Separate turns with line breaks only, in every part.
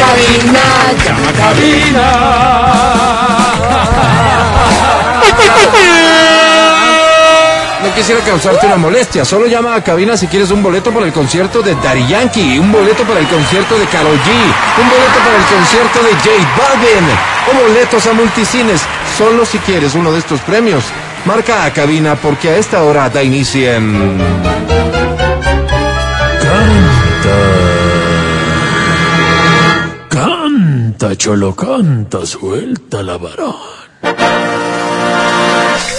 cabina, llama cabina.
No quisiera causarte una molestia, solo llama a cabina si quieres un boleto para el concierto de Daddy Yankee, un boleto para el concierto de Karol G, un boleto para el concierto de J Balvin, o boletos a multicines, solo si quieres uno de estos premios. Marca a cabina porque a esta hora da inicio en...
Canta. Canta, cholo, canta, suelta la varón.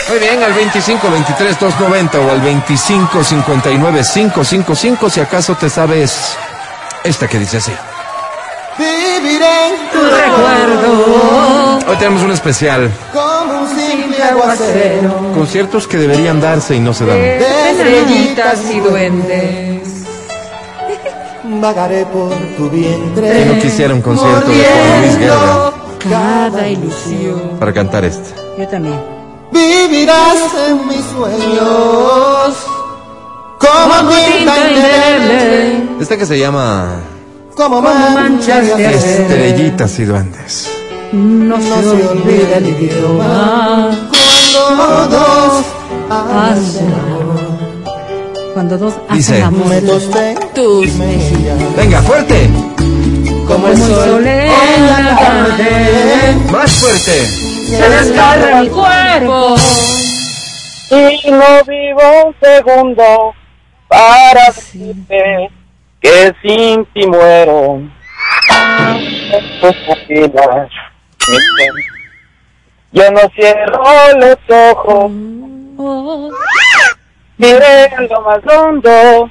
Muy bien, al 25-23-290 o al 25-59-555 si acaso te sabes esta que dice así.
Viviré tu recuerdo.
Hoy tenemos un especial.
Como un simple aguacero.
Conciertos que deberían darse y no se dan.
De estrellitas y duendes.
Vagaré por tu vientre.
Yo no quisiera un concierto de Juan Luis Guerra
Cada ilusión.
para cantar este. esta.
Yo también.
Vivirás en mis sueños. Como tinta indeleble.
Esta Este que se llama
Como manchas de acero.
Estrellitas y Duendes.
No se
No se olvida
olvida
el
el
idioma.
idioma
Cuando dos hacen
hacen
amor.
cuando dos
Dice.
hacen amor.
Me tosté
Tus
mejillas.
Venga, fuerte.
Como el sol en la tarde.
Más fuerte.
se descarga el cuerpo.
Y no vivo un segundo para decirte que sin ti muero. Tus pupilas, mi ser. Yo no cierro los ojos,
Oh,
miré en lo más hondo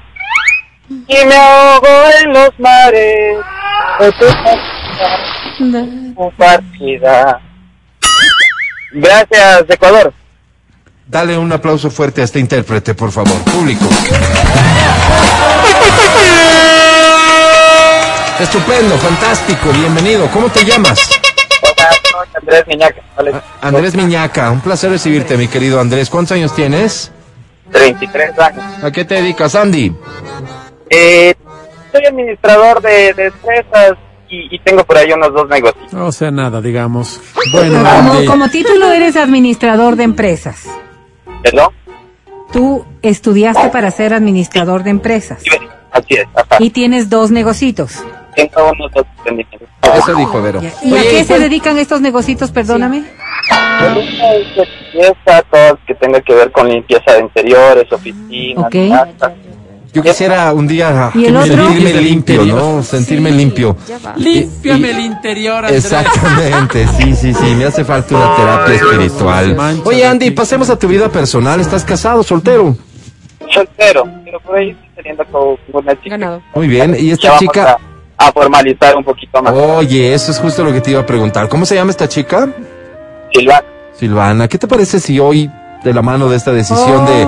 y me ahogo en los mares Pues de tu partida.
da-
tu partida. Gracias, Ecuador.
Dale un aplauso fuerte a este intérprete, por favor, público. Estupendo, fantástico, bienvenido. ¿Cómo te llamas?
Buenas noches, Andrés Iñaca. Vale.
A- Andrés Miñaca, un placer recibirte, mi querido Andrés. ¿Cuántos años tienes?
33 años.
¿A qué te dedicas, Andy?
Eh, soy administrador de, de empresas y, y tengo por ahí unos dos negocios.
O sea, nada, digamos. Bueno,
Como,
Andy,
como título eres administrador de empresas.
¿No?
Tú estudiaste para ser administrador de empresas
Así es, ajá.
y tienes dos negocitos.
Tengo unos dos emprendimientos.
Ah, Eso dijo Vero.
¿Y a
Oye,
qué
y
se
cuen-
dedican estos negocios? Perdóname.
Pero uno es de limpieza, todo lo que tenga que ver con limpieza de interiores, oficinas,
Ok.
casas.
Yo quisiera un día
¿Y el otro?
sentirme limpio,
Interior.
¿no? Sentirme limpio.
Límpiame
Y-
el interior, Andrés.
Exactamente, sí, sí, sí, me hace falta una terapia espiritual.
mancha
Oye
de
Andy,
ti.
pasemos a tu vida personal, ¿estás casado, soltero?
Soltero, pero por ahí estoy saliendo con una chica.
Ganado.
Muy bien, y
Ya
esta
vamos
chica... Oh.
A, a formalizar un poquito más.
Oye, eso es justo lo que te iba a preguntar. ¿Cómo se llama esta chica?
Silvana.
Silvana, ¿qué te parece si hoy, de la mano de esta decisión de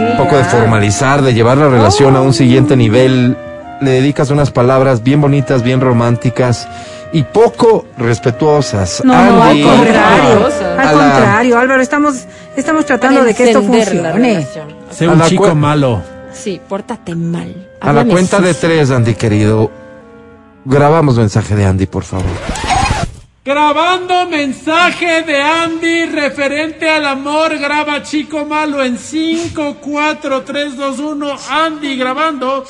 Oh,
un poco de formalizar, de llevar la relación a un siguiente nivel, le dedicas unas palabras bien bonitas, bien románticas y poco respetuosas?
No, no, al
Andy,
contrario.
a
Al
la-
contrario, Álvaro, estamos, estamos tratando de que esto funcione.
sé
a
un
la
chico
cue-
malo.
Sí, pórtate mal.
A la
Háblame
cuenta de
sucio.
tres, Andy querido. Grabamos mensaje de Andy, por favor.
Grabando mensaje de Andy referente al amor. Graba chico malo en 5, 4, 3, 2, 1. Andy grabando.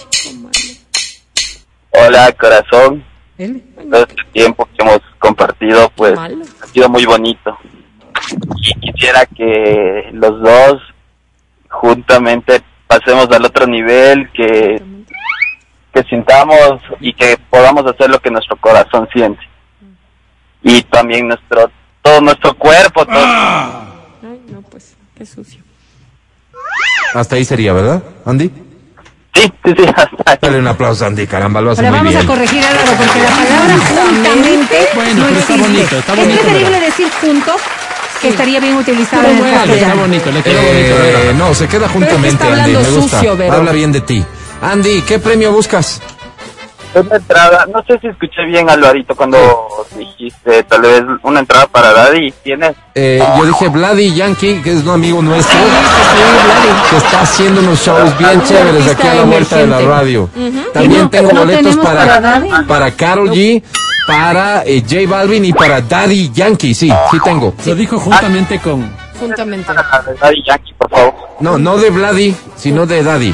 Hola, corazón.
Él.
todo este tiempo que hemos compartido, pues
Malo.
ha sido muy bonito. Y quisiera que los dos juntamente pasemos al otro nivel, que, que sintamos y que podamos hacer lo que nuestro corazón siente. Y también nuestro todo nuestro cuerpo, todo-
Ay, no, pues, qué sucio.
Hasta ahí sería, ¿verdad, Andy?
sí, sí, sí, hasta ahí.
Dale un aplauso, Andy, caramba, lo hace
Ahora
muy
vamos
bien.
a corregir, Álvaro, porque la palabra juntamente
Bueno,
no
pero
existe.
está bonito, está bonito,
es preferible
mira.
decir juntos que estaría bien utilizada en el
Bueno, está
castellano.
bonito, le quedó bonito.
Eh,
Vero.
no, se queda
es que
juntamente,
está
Andy, me
hablando
gusta.
sucio, Vero.
Habla bien de ti. Andy, ¿qué premio buscas?
Es una entrada, no sé si escuché bien, Alvarito, cuando dijiste tal vez una entrada para Daddy. ¿Tienes?
Eh, yo dije Vladdy Yankee, que es un amigo nuestro,
Ah,
que está haciendo unos shows bien
Algún
chéveres
artista
aquí a la vuelta de la
emergente.
radio.
¿Y
También
no-
tengo
no
boletos
tenemos para
para,
Daddy?
para Carol G, para eh, J Balvin y para Daddy Yankee. Sí, sí tengo.
Lo dijo juntamente con.
Ah,
Juntamente.
Para Daddy Yankee, por favor.
No, no de Vladdy, sino de Daddy.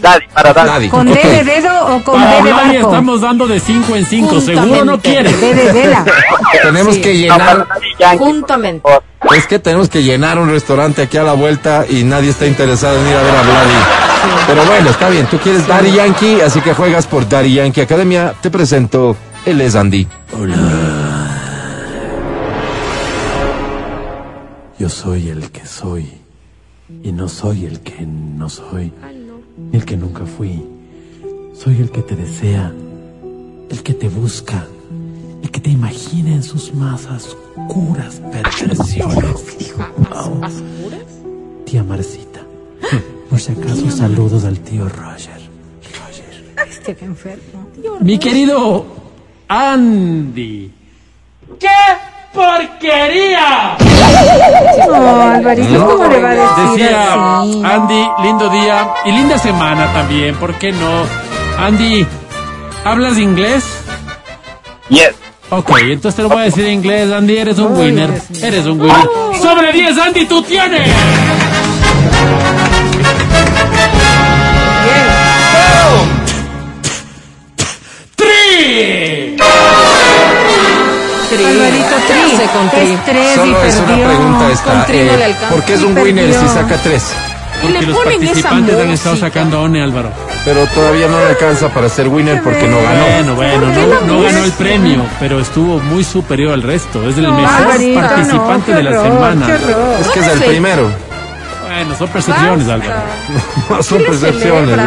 Daddy, para Daddy.
Daddy.
¿Con D
ok.
de dedo o con
Para
D de
Vladi
barco?
estamos dando de 5 en 5. Seguro no
Juntamente.
quiere.
D de vela.
Tenemos
Sí.
que
No, para
llenar.
Daddy Yankee. por
Juntamente.
favor.
Es que tenemos que llenar un restaurante aquí a la vuelta y nadie está interesado en ir a ver a Vladdy. Pero bueno, está bien. Tú quieres Daddy Yankee, así que juegas por Daddy Yankee Academia. Te presento, él es Andy.
Yo soy el que soy. Y no soy el que no soy. Ni el que nunca fui. Soy el que te desea. El que te busca. El que te imagina en sus más oscuras percepciones. Tía Marcita. Por si acaso, saludos al tío Roger.
Este que enfermo.
Mi querido Andy.
¡Qué porquería!
No, Alvarito, ¿cómo le va a decir
Decía
así?
Andy, lindo día y linda semana también, ¿por qué no? Andy, ¿hablas inglés?
Yes.
Ok, entonces te lo voy a decir en inglés, Andy, eres un winner.
Dios mío. ¡Oh!
Eres un winner.
¡Sobre 10, Andy, tú tienes! ¡Tri!
Tri.
Alvarito,
¿Qué
tri.
hace con tri?
Este
Es tres y
Solo es una
perdió.
pregunta esta.
Con trigo
eh,
le alcanza.
¿Por qué es un
Y
winner si
perdió.
saca tres?
Y
Porque
le
los
ponen esa
participantes han estado
música.
sacando one, Álvaro.
Pero todavía no le alcanza para ser winner porque no ganó.
Bueno, bueno,
¿Por qué
no,
la
no ganó el
música?
premio, pero estuvo muy superior al resto. Es el mejor
Alvarito, no,
participante
qué
de la
horror,
semana.
qué horror.
Es que es el
Sí.
primero.
Bueno, son percepciones, Álvaro.
No son percepciones.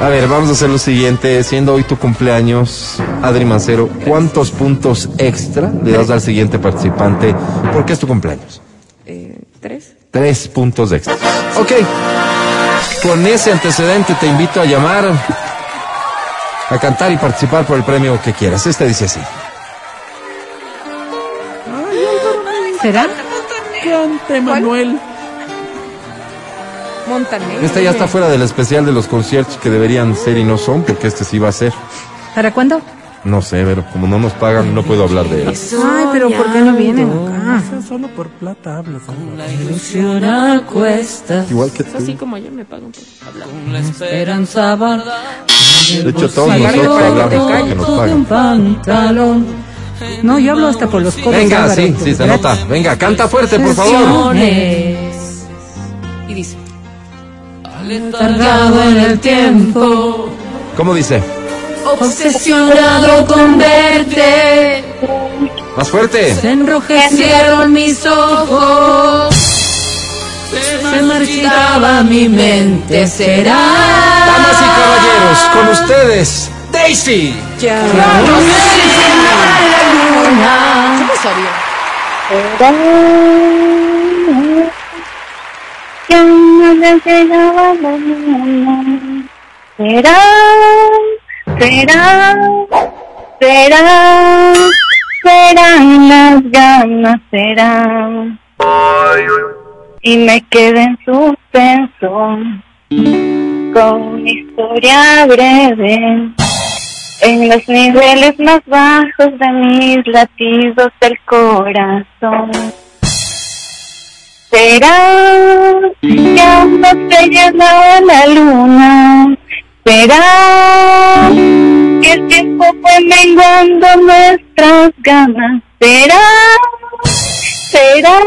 A ver, vamos a hacer lo siguiente. Siendo hoy tu cumpleaños, Adri Mancero, ¿cuántos puntos extra le das al siguiente participante? Porque es tu cumpleaños.
Eh, ¿Tres?
Tres puntos extra. Ok. Con ese antecedente te invito a llamar, a cantar y participar por el premio que quieras. Este dice así.
¿Será?
Cante, Manuel.
Montaner.
Este ya está fuera del especial de los conciertos que deberían ser y no son, porque este sí va a ser.
¿Para cuándo?
No sé, pero como no nos pagan, no puedo hablar de él.
Ay, pero ¿por qué no vienen acá?
Solo por plata hablas.
Ilusiona cuestas,
Igual que tú.
Así como yo me pago por hablar.
esperanza barda.
De hecho, todos
Sí,
nosotros
claro,
hablamos
te
porque nos
Pues, Todo de un
pagan.
pantalón.
No, yo hablo hasta por los codos.
Venga, sí,
Alvarito.
sí, se nota. Venga, canta fuerte, por favor.
Canciones,
Y dice,
Tardado en el tiempo,
¿Cómo dice?
obsesionado con verte.
Más fuerte.
Se enrojecieron mis ojos. Se marchitaba mi mente, será.
Damas y caballeros, con ustedes, Daisy.
No sé si será la luna.
¿cómo sabía?
Ya no le llegaba la mañana. Será, será, será, serán las ganas, será. Y me quedé en suspenso con una historia breve. En los niveles más bajos de mis latidos del corazón. Será que aún no se llenaba la luna. Será que el tiempo fue menguando nuestras ganas. Será, será,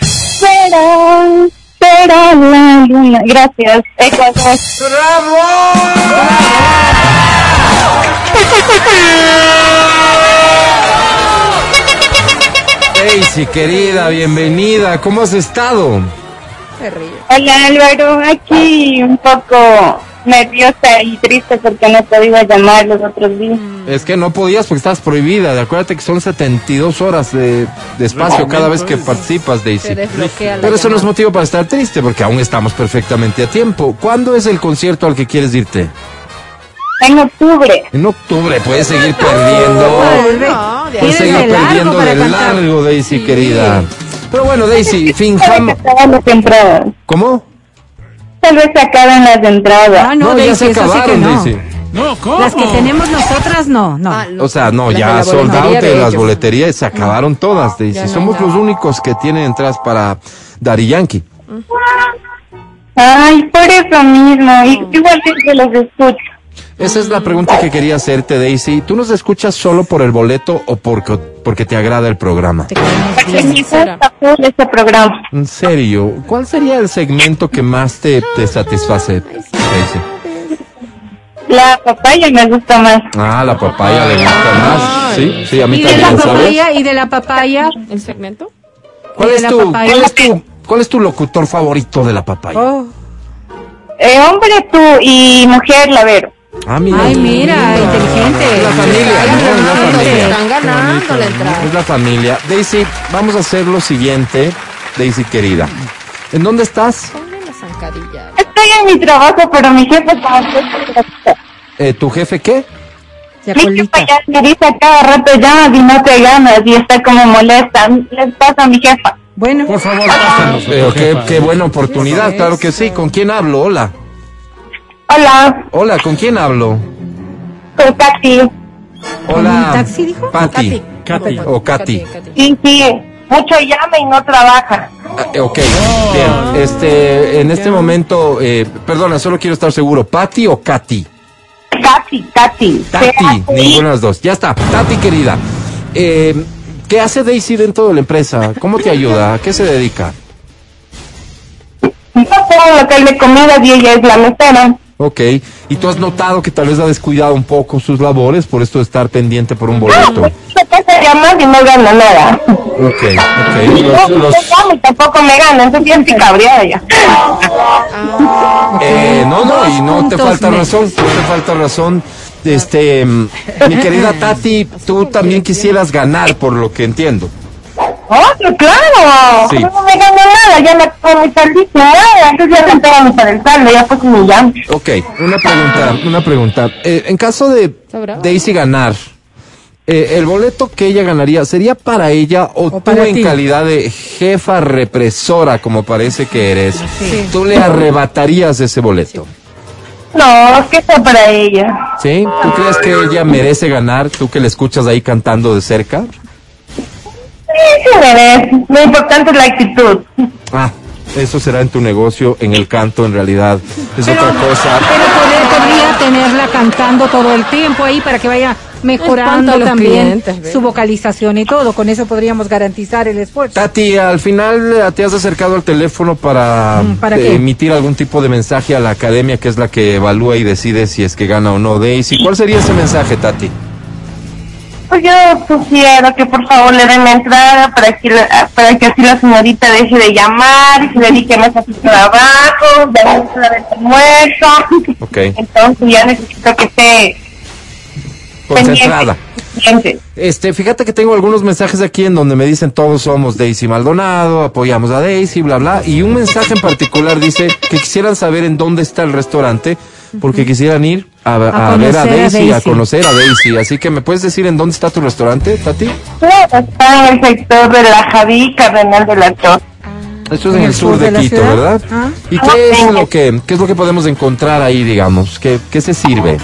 será, será la luna. Gracias, Ecuador.
Daisy, querida, bienvenida. ¿Cómo has estado?
Hola Álvaro, aquí un poco nerviosa y triste porque no he podido llamar los otros días.
Es que no podías porque estás prohibida. Acuérdate que son 72 horas de, de espacio cada vez que participas, Daisy.
Se desbloquea la
Pero eso no es
llamada.
motivo para estar triste porque aún estamos perfectamente a tiempo. ¿Cuándo es el concierto al que quieres irte?
En octubre.
En octubre puedes seguir perdiendo.
Vuelve.
No, de ahí.
Puedes
Tienes
seguir
de largo
perdiendo de
para cantar.
largo, Daisy, querida. Pero bueno, Daisy, finjamos.
Acaban las entradas.
¿Cómo?
Tal vez se acaban las
Ah,
entradas.
no,
ya
Daisy,
se
eso sí que
acabaron,
no.
Daisy.
No, ¿cómo?
Las que tenemos nosotras, no, no.
Ah,
O sea, no,
las de
ya
la
sold out
boletería
de
de
las
ellos.
boleterías, se acabaron todas, Daisy.
Ya no,
Somos
ya.
los únicos que tienen entradas para Dari Yankee.
Ay, por eso mismo. Y- Igual que los escucho.
Esa es la pregunta que quería hacerte, Daisy. ¿Tú nos escuchas solo por el boleto o porque, porque te agrada el programa?
Te queremos
Porque
bien,
mi hija
sincera.
está full este programa.
En serio, ¿cuál sería el segmento que más te, te satisface, Daisy?
La papaya me gusta más.
Ah, la papaya le gusta más. Sí, sí, a mí
Y de la
también, ¿sabes?
papaya, y de la papaya.
¿El segmento?
¿Cuál
de
es
la
tu,
papaya.
cuál es tu, cuál es tu locutor favorito de la papaya?
Oh,
Eh, hombre tú y mujer lavero.
Ah, mira.
ay, mira, inteligente.
La familia,
Ay,
¿no? Es la
inteligente.
familia.
Están ganando la entrada.
Es la familia. Daisy, vamos a hacer lo siguiente, Daisy querida. ¿En dónde estás?
Ponle la zancadilla.
Estoy en mi trabajo, pero mi jefe como que-
Eh, ¿Tu jefe qué?
Ya,
mi
colita.
jefa pues, ya me dice a cada rato llamas y no te llamas y está como molesta. Les pasa a mi jefa.
Bueno,
Por favor, pásanos.
Pero Eh, qué,
jefa.
qué buena oportunidad, claro que sí. ¿Con quién hablo? Hola.
Hola,
Hola, ¿con quién hablo?
soy Katy.
Hola.
¿Un taxi, dijo?
Pati.
Katy.
O Katy.
Sí, sí, mucho llama y no trabaja.
Ah, eh, ok, bien. Este, en este momento, eh, perdona, solo quiero estar seguro. ¿Pati o Katy?
Katy, Katy.
Tati,
C-A-T-I.
ninguna de las dos. Ya está, Tati querida. Eh, ¿Qué hace Daisy dentro de la empresa? ¿Cómo te ayuda? ¿A qué se dedica?
Yo pongo un local de comida y ella es la mesera.
Ok, y tú has notado que tal vez ha descuidado un poco sus labores por esto de estar pendiente por un boleto.
Se pasa llamas y no gana nada.
Ok, ok.
No,
Los-
no
los-
llamo y tampoco me gana, entonces yo estoy cabreada ya.
eh, no, no, y no te
puntos
falta
menos.
razón, no te falta razón. Este, mm, mi querida Tati, tú también quisieras ganar, por lo que entiendo.
¡Otro, Oh, claro!
Sí.
No me gano nada, ya no tengo mi saldito, nada. Entonces ya no tengo mi para el saldo, ya pues mi llamo.
Ok, una pregunta, una pregunta. Eh, en caso de
Está brava.
Daisy ganar, eh, el boleto que ella ganaría, ¿sería para ella o, tú
para
en
ti?
calidad de jefa represora, como parece que eres?
Ah, Sí.
¿Tú le arrebatarías ese boleto?
No, es que eso para ella.
¿Sí? ¿Tú crees que ella merece ganar? ¿Tú que la escuchas ahí cantando de cerca?
Sí, sí merece. Lo importante es la actitud.
Ah, eso será en tu negocio, en el canto, en realidad. Es
pero,
otra cosa.
pero poder- podría tenerla cantando todo el tiempo ahí para que vaya
Espanta a
mejorando
los
también
clientes, ¿verdad?
su vocalización y todo. Con eso podríamos garantizar el esfuerzo.
Tati, al final eh, te has acercado al teléfono para,
Mm, ¿para
eh,
qué?
emitir algún tipo de mensaje a la academia que es la que evalúa y decide si es que gana o no Daisy. ¿Cuál sería ese mensaje, Tati?
Pues yo sugiero que por favor le den la entrada para que, la- para que así la señorita deje de llamar, se dedique más a su trabajo, de hacer el almuerzo.
Ok,
Entonces ya necesito que esté
concentrada.
pendiente.
Este, fíjate que tengo algunos mensajes aquí en donde me dicen todos somos Daisy Maldonado, apoyamos a Daisy, bla, bla. Y un mensaje en particular dice que quisieran saber en dónde está el restaurante porque quisieran ir a,
A
a ver a
conocer a
Daisy, a
Daisy.
conocer a Daisy. Así que, ¿me puedes decir en dónde está tu restaurante, Tati?
Claro, está en el sector de la Javi, Cardenal de la Torre.
Eso es en el sur de,
la
Quito,
ciudad.
¿verdad?
Ah.
¿Y qué es lo que qué es lo que podemos encontrar ahí, digamos? ¿Qué, qué se sirve?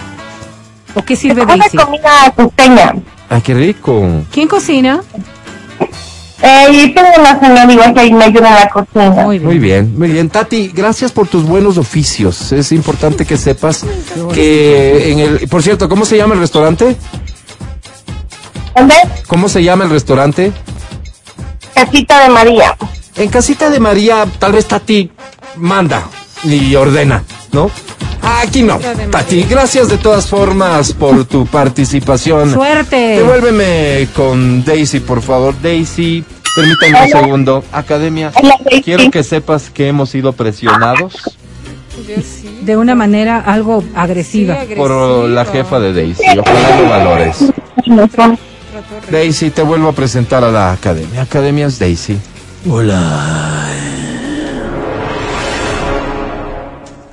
¿O qué sirve
Una
Daisy?
comida costeña.
Ay, qué rico.
¿Quién cocina?
Eh, y tengo una señora igual que me ayuda en la cocina.
Muy
Muy
bien.
bien, muy bien. Tati, gracias por tus buenos oficios. Es importante que sepas que en el por cierto, ¿cómo se llama el restaurante?
¿Dónde?
¿Cómo se llama el restaurante?
Casita de María.
En casita de María, tal vez Tati manda y ordena, ¿no? Aquí no. Tati, gracias de todas formas por tu participación.
Suerte.
Devuélveme con Daisy, por favor. Daisy, permítame un
Hola.
segundo. Academia,
Hola, Daisy.
quiero que sepas que hemos sido presionados
Yo sí.
De una manera algo agresiva.
por la jefa de Daisy. Ojalá lo valores. Daisy, te vuelvo a presentar a la academia. Academia es Daisy.
Hola.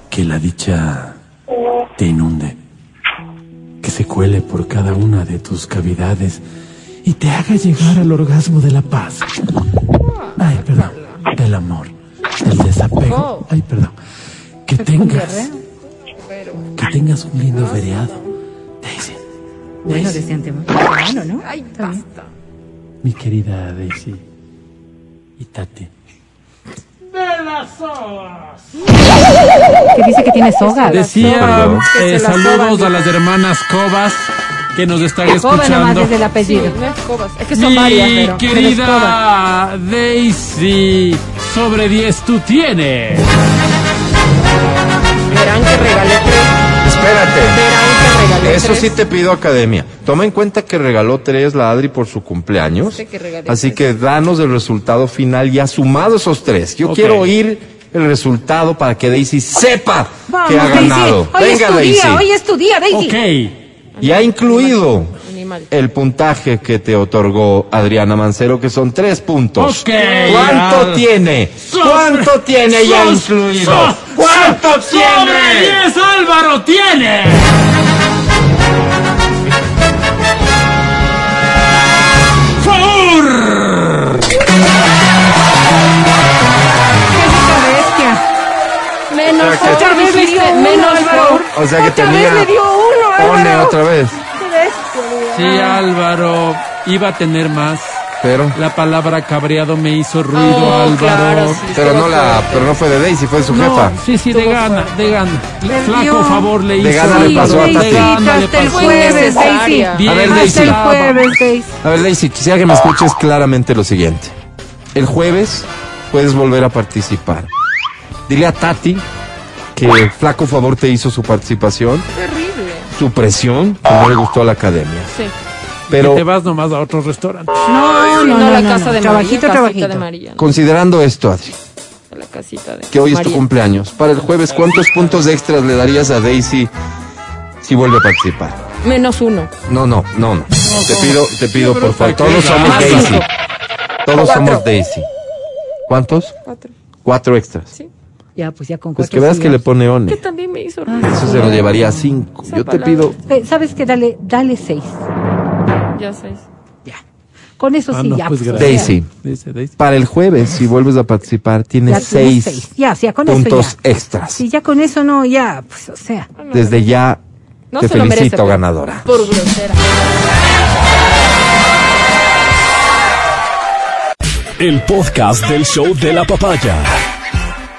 Que la dicha te inunde. se cuele por cada una de tus cavidades y te haga llegar al orgasmo de la paz. Ay, perdón, del amor, del desapego. Ay, perdón. Que tengas, que tengas un lindo feriado. Daisy,
Bueno, desde antemano, ¿no?
Ay,
Está bien.
basta.
mi querida Daisy y Tati.
De las soas.
Que dice que tiene soga.
Decía
Perdón.
eh,
Que se la
saludos
soban.
a las hermanas Cobas que nos están
Joven nomás
escuchando.
desde el
Sí,
apellido.
no es Cobas. Es que son varias,
Mi
pero. pero es Cobas.
querida Daisy, sobre 10 tú tienes.
Verán que regalé tres.
Espérate.
Verán que regalé
Eso
tres.
sí te pido, academia. Toma en cuenta que regaló tres la Adri por su cumpleaños.
Sé que regalé
así que danos el resultado final ya sumado esos tres. Yo
Ok.
quiero oír el resultado para que Daisy sepa que ha
Daisy.
ganado.
Hoy
Venga,
es tu
Daisy.
día, hoy es tu día, Daisy.
Ok.
Y ha incluido
Animal.
el puntaje que te otorgó Adriana Mancero, que son tres puntos.
Ok.
¿Cuánto
Ah.
tiene? ¿Cuánto tiene ya
Sos-
incluido?
sos-
¿Cuánto
sos- ¡Sobre
tiene?
10 Álvaro tiene! ¡Favor!
Menos
O sea que-
otra vez le dio uno, menos Álvaro.
O sea que tenía. Pone otra vez.
Sí, Álvaro. Iba a tener más.
Pero.
La palabra cabreado me hizo ruido,
Oh,
Álvaro.
claro, sí.
Pero no la, pero no fue de Daisy, fue de su jefa.
No, sí, sí, de gana, de gana. Le- Flaco
dio.
favor le hizo.
De gana le
Álvaro,
pasó a
de
Tati.
gana le
hasta el
pasó.
jueves, Daisy.
Innecesaria.
Bien,
A ver,
Hasta el
Daisy.
jueves, Daisy.
A ver, Daisy, quisiera que me escuches claramente lo siguiente. El jueves puedes volver a participar. Dile a Tati que flaco favor te hizo su participación,
Terrible.
su presión, que no le gustó a la academia.
Sí.
Pero
Te vas nomás a otro restaurante.
No, no,
No,
no,
la
no,
casa
no.
de
Trabajito,
María.
trabajito.
Casita de María.
considerando esto, Adri,
La casita de
que hoy es tu
María.
cumpleaños, para el jueves, ¿cuántos puntos extras le darías a Daisy si vuelve a participar?
Menos uno.
No, no, no, no. Te pido, te pido,
pero
por favor.
está
Todos
aquí,
somos
claro.
Daisy.
Cinco.
Todos somos Daisy. ¿Cuántos?
Cuatro.
Cuatro extras.
Sí.
Ya, pues ya con
Pues
cuatro.
que veas
sí,
que
ya.
le pone
Que
one.
también me hizo ruido.
Eso se lo llevaría a cinco.
Esa
Yo te
palabra.
pido.
Ve, ¿Sabes qué? Dale, dale seis.
Ya seis.
Con eso
Ah,
sí,
no,
ya.
pues, gracias.
Daisy,
Dice Daisy.
para el jueves, si vuelves a participar,
Ya
tienes
tienes
seis,
Ya, o sea, con
puntos
eso ya.
extras.
Si ya con eso no, ya, pues, o sea.
Desde ya,
No
te
se lo merece,
felicito,
pero-
ganadora.
Por grosera.
El podcast del show de la papaya.